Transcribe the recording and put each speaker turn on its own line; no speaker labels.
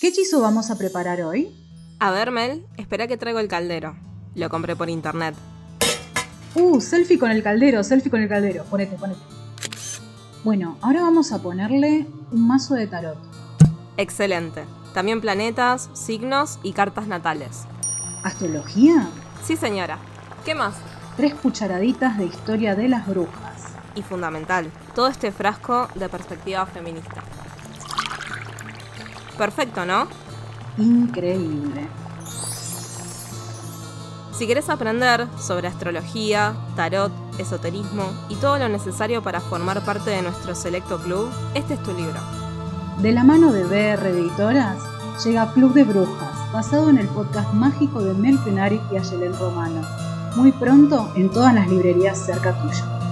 ¿Qué hechizo vamos a preparar hoy?
A ver, Mel, espera que traigo el caldero. Lo compré por internet.
Uh, selfie con el caldero, selfie con el caldero. Ponete, ponete. Bueno, ahora vamos a ponerle un mazo de tarot.
Excelente. También planetas, signos y cartas natales.
¿Astrología?
Sí, señora. ¿Qué más?
Tres cucharaditas de historia de las brujas.
Y fundamental, todo este frasco de perspectiva feminista. Perfecto, ¿no?
Increíble.
Si querés aprender sobre astrología, tarot, esoterismo y todo lo necesario para formar parte de nuestro selecto club, este es tu libro.
De la mano de BR Editoras llega Club de Brujas, basado en el podcast mágico de Mel Fenari y Ayelen Romano. Muy pronto en todas las librerías cerca tuya.